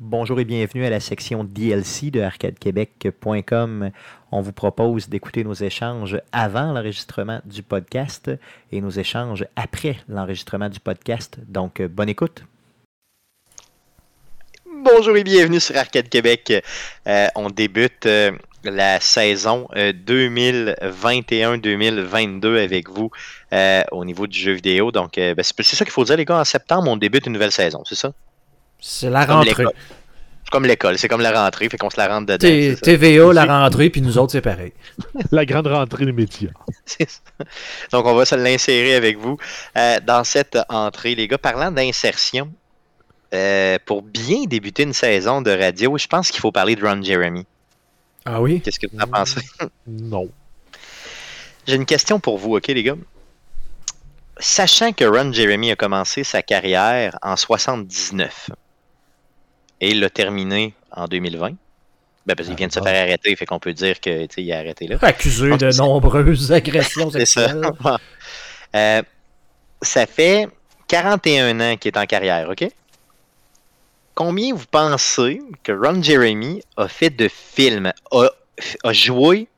Bonjour et bienvenue à la section DLC de arcadequebec.com. On vous propose d'écouter nos échanges avant l'enregistrement du podcast et nos échanges après l'enregistrement du podcast. Donc, euh, bonne écoute. Bonjour et bienvenue sur Arcade Québec. Euh, on débute euh, la saison euh, 2021-2022 avec vous euh, au niveau du jeu vidéo. Donc, ben, c'est c'est ça qu'il faut dire, les gars. En septembre, on débute une nouvelle saison, c'est ça? C'est la rentrée. C'est comme l'école, c'est comme la rentrée, fait qu'on se la rentre dedans. T hein, c'est ça. TVA, la rentrée, puis nous autres, c'est pareil. La grande rentrée des métiers. C'est ça. Donc, on va se l'insérer avec vous euh, dans cette entrée, les gars. Parlant d'insertion, euh, pour bien débuter une saison de radio, je pense qu'il faut parler de Ron Jeremy. Ah oui? Qu'est-ce que vous en pensez? Non. J'ai une question pour vous, ok, les gars? Sachant que Ron Jeremy a commencé sa carrière en 79 et il l'a terminé en 2020, ben, parce qu'il vient de se faire arrêter, fait qu'on peut dire qu'il a arrêté là. Accusé de nombreuses agressions Ah, C'est ça. sexuelles. Bon. Euh, ça fait 41 ans qu'il est en carrière, OK? Combien vous pensez que Ron Jeremy a fait de films, a, a joué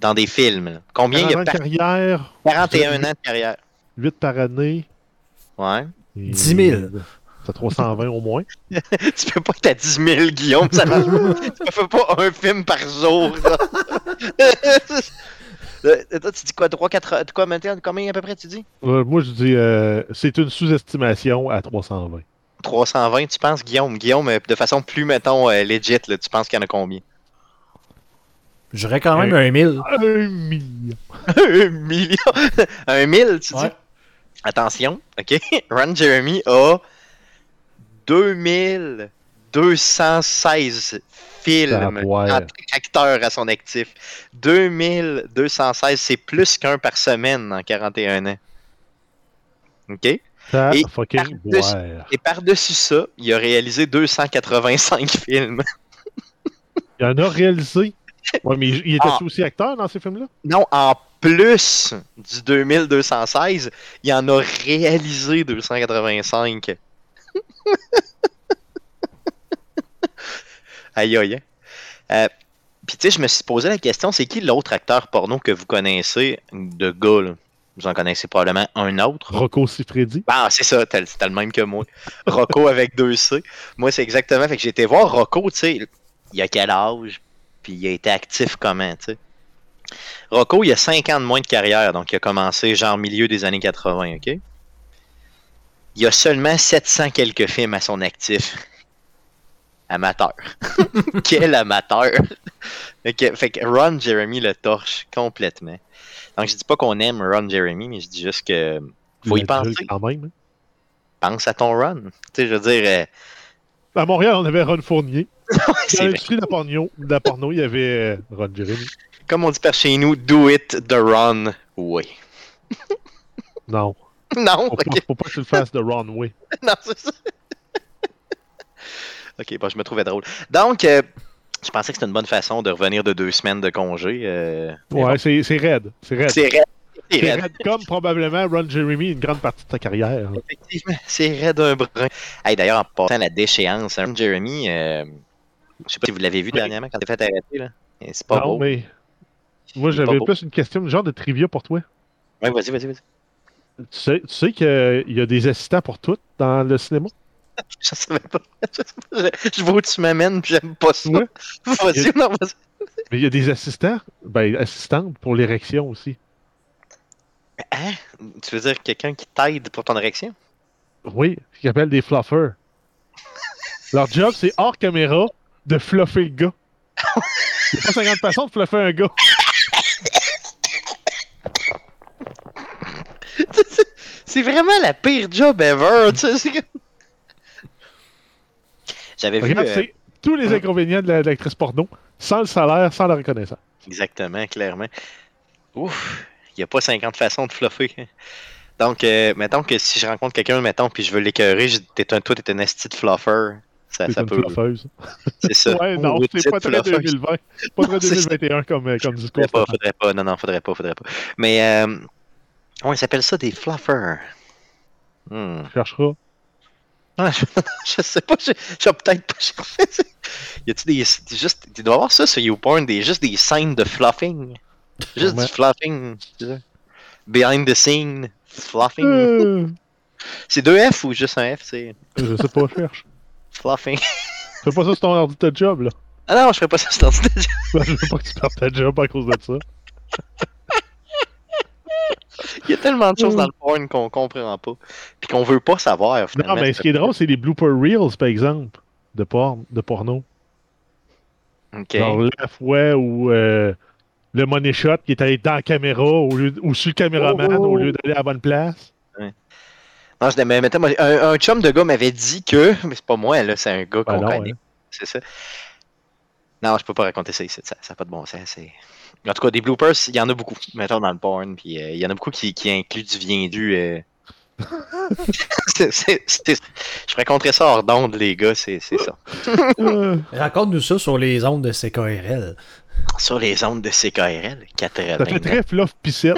dans des films? là? Combien il Bien, a par- carrière, 41 ans de carrière. 8 par année. Ouais. et- 10 000. C'est 320 au moins. Tu peux pas être à 10 000, Guillaume, ça marche pas. Tu peux pas un film par jour, ça. Euh, Toi, tu dis quoi, 3, 4, quoi, maintenant, combien à peu près tu dis? Euh, moi, je dis, euh, c'est une sous-estimation à 320. 320, tu penses, Guillaume? Guillaume, euh, de façon plus, mettons, euh, legit, là, tu penses qu'il y en a combien? J'aurais quand même un Ah, 1000. Un million. un million! un mille, tu Ouais. dis? Attention, OK? Ron Jeremy a 2216 films Tabarouette. en tant qu'acteur à son actif. 2216, c'est plus qu'un par semaine en 41 ans. OK? Ça, Et fucking par-dessus- boire. Et par-dessus ça, il a réalisé 285 films. Il en a réalisé. Ouais, mais il il était Ah. aussi acteur dans ces films-là? Non, en plus du 2216, il en a réalisé 285. aïe aïe. hein. Euh, Puis tu sais, je me suis posé la question, c'est qui l'autre acteur porno que vous connaissez de gars? là? Vous en connaissez probablement un autre. Rocco Siffredi. Ah, c'est ça, t'as, le- t'as le même que moi. Rocco avec deux C. Moi, c'est exactement. Fait que j'ai été voir Rocco, tu sais, il a quel âge, puis il a été actif comment, tu sais. Rocco, il a 5 ans de moins de carrière, donc il a commencé genre milieu des années 80, OK? Il a seulement 700 quelques films à son actif. Amateur. quel amateur! Fait que- fait que Ron Jeremy le torche complètement. Donc, je dis pas qu'on aime Ron Jeremy, mais je dis juste que faut y Le penser Dieu, Quand même. hein. pense à ton run. Tu sais, je veux dire, euh, À Montréal, on avait Ron Fournier. Dans c'est vrai. l'industrie de la porno, de la porno, il y avait euh, Ron Jeremy. comme on dit par chez nous, do it the run way. Non. Non, Faut pas, ok, faut pas que tu le fasses de Ron Way. non, c'est ça. ok, bon, je me trouvais drôle. Donc, euh, je pensais que c'était une bonne façon de revenir de deux semaines de congé. euh, mais Ouais, c'est c'est raide. C'est bon, raide. c'est raide. C'est C'est raide. raide comme probablement Ron Jeremy une grande partie de ta carrière. Effectivement, c'est raide d'un brin. Hey, D'ailleurs, en passant la déchéance, hein, Jeremy, euh, je sais pas si vous l'avez vu dernièrement quand il s'est fait arrêter. là. Et C'est pas non, beau. mais. Moi, Il est pas j'avais beau. plus une question, genre de trivia pour toi. Ouais, vas-y, vas-y, vas-y. Tu sais, tu sais qu'il y a des assistants pour tout dans le cinéma? Je savais pas. Je, sais pas. Je- je vois où tu m'amènes, puis j'aime pas ça. Ouais. Vas-y, non, vas-y. Mais il y a des assistants, ben, assistantes pour l'érection aussi. Hein? Tu veux dire quelqu'un qui t'aide pour ton érection? Oui, ce qu'ils appellent des fluffers. Leur job, c'est hors caméra de fluffer le gars. Il y a pas 50 façons de fluffer un gars. C'est vraiment la pire job ever, tu sais. c'est que- J'avais vu Regarde, euh, c'est tous les hein. inconvénients de la- de l'actrice porno, sans le salaire, sans la reconnaissance. exactement, clairement. Ouf, il n'y a pas 50 façons de fluffer. Donc, euh, mettons que si je rencontre quelqu'un, mettons, puis je veux l'écœurer, je dis, T'es un, toi, t'es un esti de fluffer. Ça, C'est Ben, ça une peut. fluffeuse. C'est ça. Ouais, non, Ou c'est pas petite très fluffeuse. 2020. Pas très Non, c'est ça. 2021 comme, euh, comme discours. Faudrait pas, faudrait pas, non, non, faudrait pas, faudrait pas. Mais, euh, ouais, ils appellent ça des fluffers. Hmm. Tu chercheras. Ah, je, je sais pas, je, je vais peut-être pas chercher. Y a-tu des. des- Juste, tu dois avoir ça sur YouPorn, des, juste des scènes de fluffing. Juste Ouais. du fluffing. c'est ça. Behind the scene, fluffing. Euh, C'est deux F ou juste un F, c'est je sais pas, cherche. fluffing. Fais pas ça sur ton ordi de job, là. Ah non, je ferais pas ça, je lance déjà. Je veux pas que tu perdes ta job à cause de ça. Il y a tellement de choses dans le porn qu'on comprend pas. Puis qu'on veut pas savoir. Non, Finalement. mais ce qui est drôle, c'est les blooper reels, par exemple, de, porn, de porno. Ok. Genre Left Way ou euh, le money shot qui est allé dans la caméra au lieu, ou sur le caméraman Oh, oh. au lieu d'aller à la bonne place. Non, je l'ai- mais mettons, moi, un, un chum de gars m'avait dit que. Mais c'est pas moi, là, c'est un gars Bah Ben qu'on non, connaît. hein. C'est ça. Non, je peux pas raconter ça ici. Ça n'a pas de bon sens. c'est- En tout cas, des bloopers, il y en a beaucoup, mettons, dans le porn. Puis euh, il y en a beaucoup qui, qui incluent du viendu. euh. C'est- c'est- c'est- Je raconterais ça hors d'onde, les gars, c'est c'est ça. Euh, Raconte-nous ça sur les ondes de CKRL. Sur les ondes de CKRL, ça fait 80. très fluff pissette.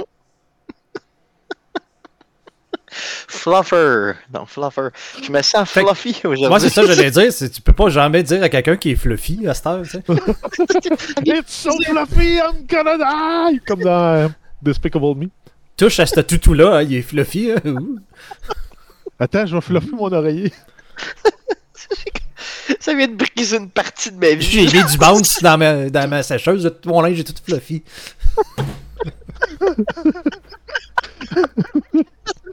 Fluffer. Non, fluffer. Je me sens Fait que- fluffy aujourd'hui. Moi, c'est ça que j'allais dire. c'est- Tu peux pas jamais dire à quelqu'un qui est fluffy à cette heure, tu sais. It's so fluffy, I'm gonna die! Comme dans euh, Despicable Me. Touche à ce toutou-là, hein, il est fluffy. hein, ouh. Attends, je vais fluffer mon oreiller. Ça vient de briser une partie de ma vie. J'ai mis du bounce dans ma, dans ma sécheuse. Tout mon linge est tout fluffy.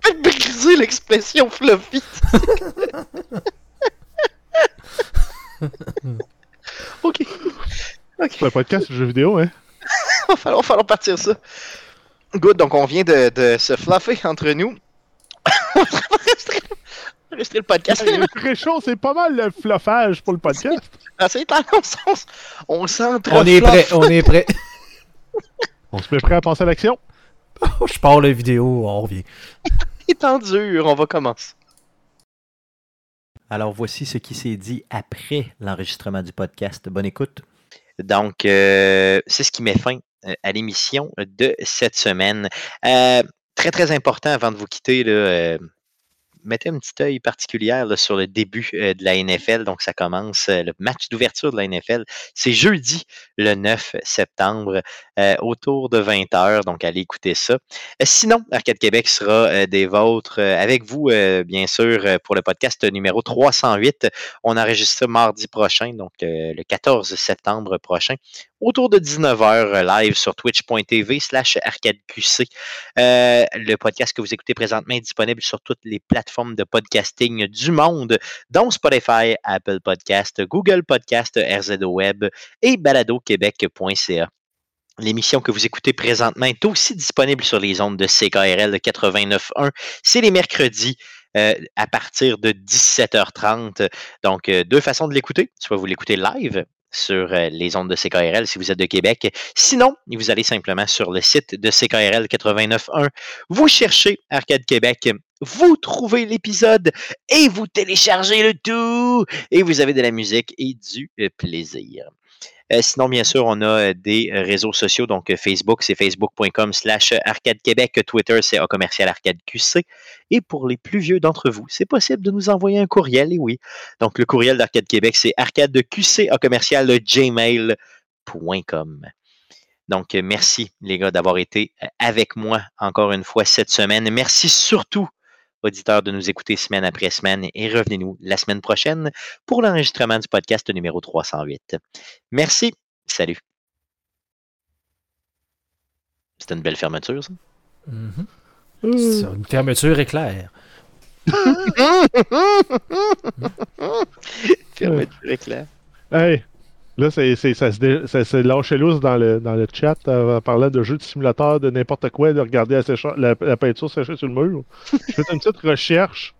fait briser l'expression fluffy. ok. C'est un podcast sur le jeu vidéo, hein? Il va falloir, falloir partir ça. Good, donc on vient de, de se fluffer entre nous. on va enregistrer- enregistrer le podcast. Il est très chaud, c'est pas mal le fluffage pour le podcast. Ah, c'est étonnant, on s'en- on s'entre On est prêt, on est prêt. On se met prêt à passer à l'action. Je pars la vidéo, on revient. tendu, on va commencer. Alors voici ce qui s'est dit après l'enregistrement du podcast. Bonne écoute. Donc, euh, c'est ce qui met fin euh, à l'émission de cette semaine. Euh, très, très important avant de vous quitter, là, euh, mettez un petit œil particulier là, sur le début euh, de la NFL. Donc, ça commence euh, le match d'ouverture de la NFL. C'est jeudi, le 9 septembre, euh, autour de 20h. Donc, allez écouter ça. Euh, Sinon, Arcade Québec sera euh, des vôtres euh, avec vous, euh, bien sûr, euh, pour le podcast numéro 308. On enregistre ça mardi prochain, donc euh, le 14 septembre prochain, autour de 19h live sur twitch.tv slash arcadeqc. Euh, le podcast que vous écoutez présentement est disponible sur toutes les plateformes de podcasting du monde, dont Spotify, Apple Podcast, Google Podcast, RZO Web et baladoquebec.ca. L'émission que vous écoutez présentement est aussi disponible sur les ondes de CKRL 89.1. C'est les mercredis euh, à partir de 17h30. Donc, euh, deux façons de l'écouter. Soit vous l'écoutez live sur euh, les ondes de CKRL si vous êtes de Québec. Sinon, vous allez simplement sur le site de CKRL 89.1. Vous cherchez Arcade Québec. Vous trouvez l'épisode et vous téléchargez le tout. Et vous avez de la musique et du euh, plaisir. Euh, sinon, bien sûr, on a euh, des euh, réseaux sociaux. Donc, euh, Facebook, c'est facebook.com slash euh, Arcade Québec. Twitter, c'est A commercial Arcade QC. Et pour les plus vieux d'entre vous, c'est possible de nous envoyer un courriel. Et oui, donc, le courriel d'Arcade Québec, c'est arcadeqc à commercial gmail.com. Donc, euh, merci les gars d'avoir été euh, avec moi encore une fois cette semaine. Merci surtout, auditeurs, de nous écouter semaine après semaine et revenez-nous la semaine prochaine pour l'enregistrement du podcast numéro 308. Merci, salut. C'était une belle fermeture, ça. Mhm. C'est une fermeture éclair. Fermeture éclair. Hey, là, c'est, c'est- ça se, dé- ça se lâchait lousse dans le, dans le chat euh, en parlant de jeux de simulateur, de n'importe quoi, de regarder la, sécha- la- la peinture sécher sur le mur. Je fais une petite recherche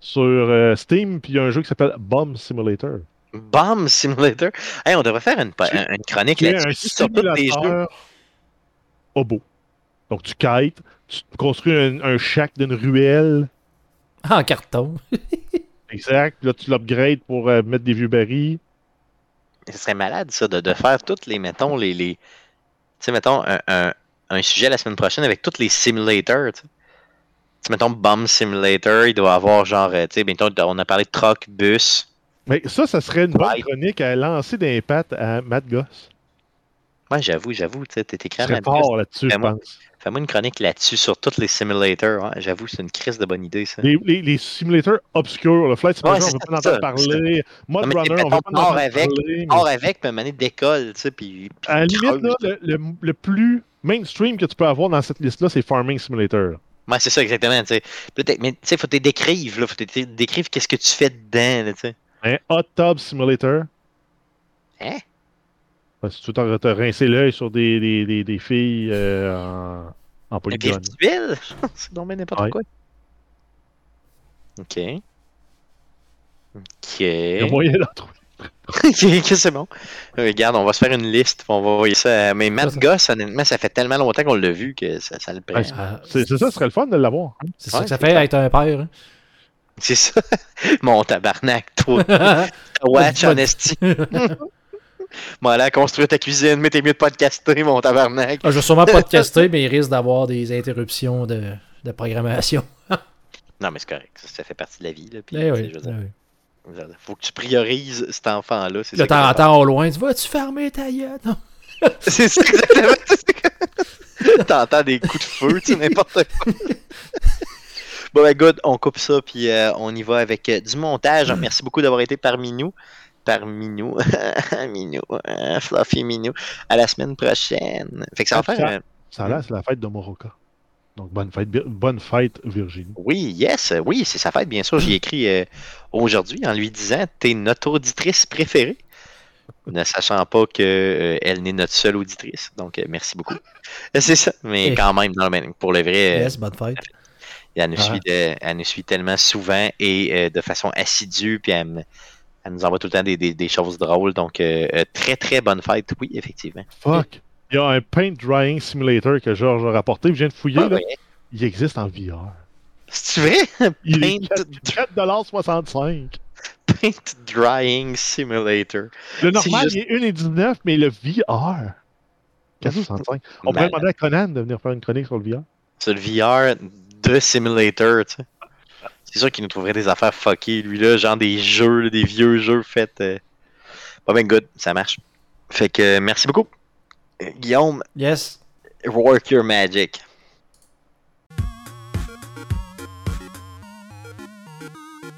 sur euh, Steam, puis il y a un jeu qui s'appelle Bomb Simulator. Bomb Simulator. Hey, on devrait faire une, pa- Tu- un- une chronique Qui est un là-dessus sur tous les jeux. simulateur hobo. Donc, tu kites, tu construis un, un shack d'une ruelle. En carton. Exact. Là, tu l'upgrades pour euh, mettre des vieux barils. Ce serait malade, ça, de, de faire toutes les, mettons, les. les tu sais, mettons, un, un- un sujet la semaine prochaine avec tous les simulators. tu sais. Tu sais, mettons Bomb Simulator, il doit avoir genre, euh, tu sais, mettons, on a parlé de troc, bus. Mais ça, ça serait une bonne Ouais. chronique à lancer des pattes à Matt Goss. Ouais, j'avoue, j'avoue, tu sais, t'es écrit à Très ma liste. fort là-dessus, je Ben, moi- pense. Fais-moi une chronique là-dessus sur tous les simulators. hein. J'avoue, c'est une crise de bonne idée, ça. Les, les, les simulateurs obscurs, le Flight Simulator, Ouais, c'est on veut pas en ça, entendre parler. Non, Mod mais Runner, c'est on veut mettons pas en entendre part avec, parler. mais- Or avec, ma manette d'école, tu sais, puis. puis À la limite, creuse. là, le, le- le plus mainstream que tu peux avoir dans cette liste-là, c'est Farming Simulator. Ouais, c'est ça, exactement, tu sais. Puis là, t'es- Mais tu sais, faut te décrire, là. Faut te te décrire qu'est-ce que tu fais dedans, là, tu sais. Un Hot Tub Simulator. Hein? Ben, Si tu t'en- t'as rincé l'œil sur des, des, des, des filles euh, en, en Un polygone. virtuel? c'est non, mais n'importe Ouais. quoi. Ok. Ok. Il y a moyen d'en trouver. Ok, ok, c'est bon. Euh, Regarde, on va se faire une liste, puis on va envoyer ça. à- Mais Matt Ça, ça- Goss, honnêtement, ça fait tellement longtemps qu'on l'a vu que ça, ça le prend. Ouais, Ah. C'est c'est ça, ce serait le fun de l'avoir. C'est ça Ouais, que ça c'est fait être un père. hein. C'est ça. Mon tabarnak, toi. hein. Watch, en esti. Voilà, construire ta cuisine, mais t'es mieux de podcaster, mon tabarnak. Je vais sûrement podcaster, mais il risque d'avoir des interruptions de, de programmation. Non, mais c'est correct. Ça, ça fait partie de la vie. Là, puis, Eh tu sais, oui, je veux eh dire, oui. faut que tu priorises cet enfant-là. c'est De ça que temps en ça- temps, au loin, tu vas-tu fermer ta gueule? Non. C'est ça, exactement. c'est ça. T'entends des coups de feu, tu sais, n'importe quoi. bon, ben, good, on coupe ça, puis euh, on y va avec euh, du montage. Merci beaucoup d'avoir été parmi nous. Parmi nous. Minou. euh, Fluffy Minou. À la semaine prochaine. Fait que ça va faire. hein? un- Ça là, c'est la fête de Moroka. Donc, bonne fête, Bir- bonne fête Virginie. Oui, yes, euh, oui, c'est sa fête, bien sûr. J'y ai écrit euh, aujourd'hui en lui disant T'es notre auditrice préférée. Ne sachant pas que euh, elle n'est notre seule auditrice. Donc, euh, merci beaucoup. C'est ça. Mais Eh. quand même, non, mais pour le vrai, euh, Yes, bonne fête. elle, nous Ah. suit de- elle nous suit tellement souvent et euh, de façon assidue. Puis elle, me- elle nous envoie tout le temps des, des- des choses drôles. Donc, euh, euh, très, très bonne fête. Oui, effectivement. Fuck! Il y a un paint drying simulator que Georges a rapporté, puis je viens de fouiller. Ah, là. ouais. Il existe en VR. C'est vrai Il est Paint- 4,65$. Paint Drying Simulator. Le normal, juste- il est 1,19$, mais le VR. 4,65$. Mm-hmm. On pourrait Malade. demander à Conan de venir faire une chronique sur le VR. C'est le VR de simulator, tu sais. C'est sûr qu'il nous trouverait des affaires fuckées, lui là, genre des jeux, là, des vieux jeux faits. euh. Pas bien good, ça marche. Fait que euh, merci beaucoup. Euh, Guillaume, Yes. work your magic.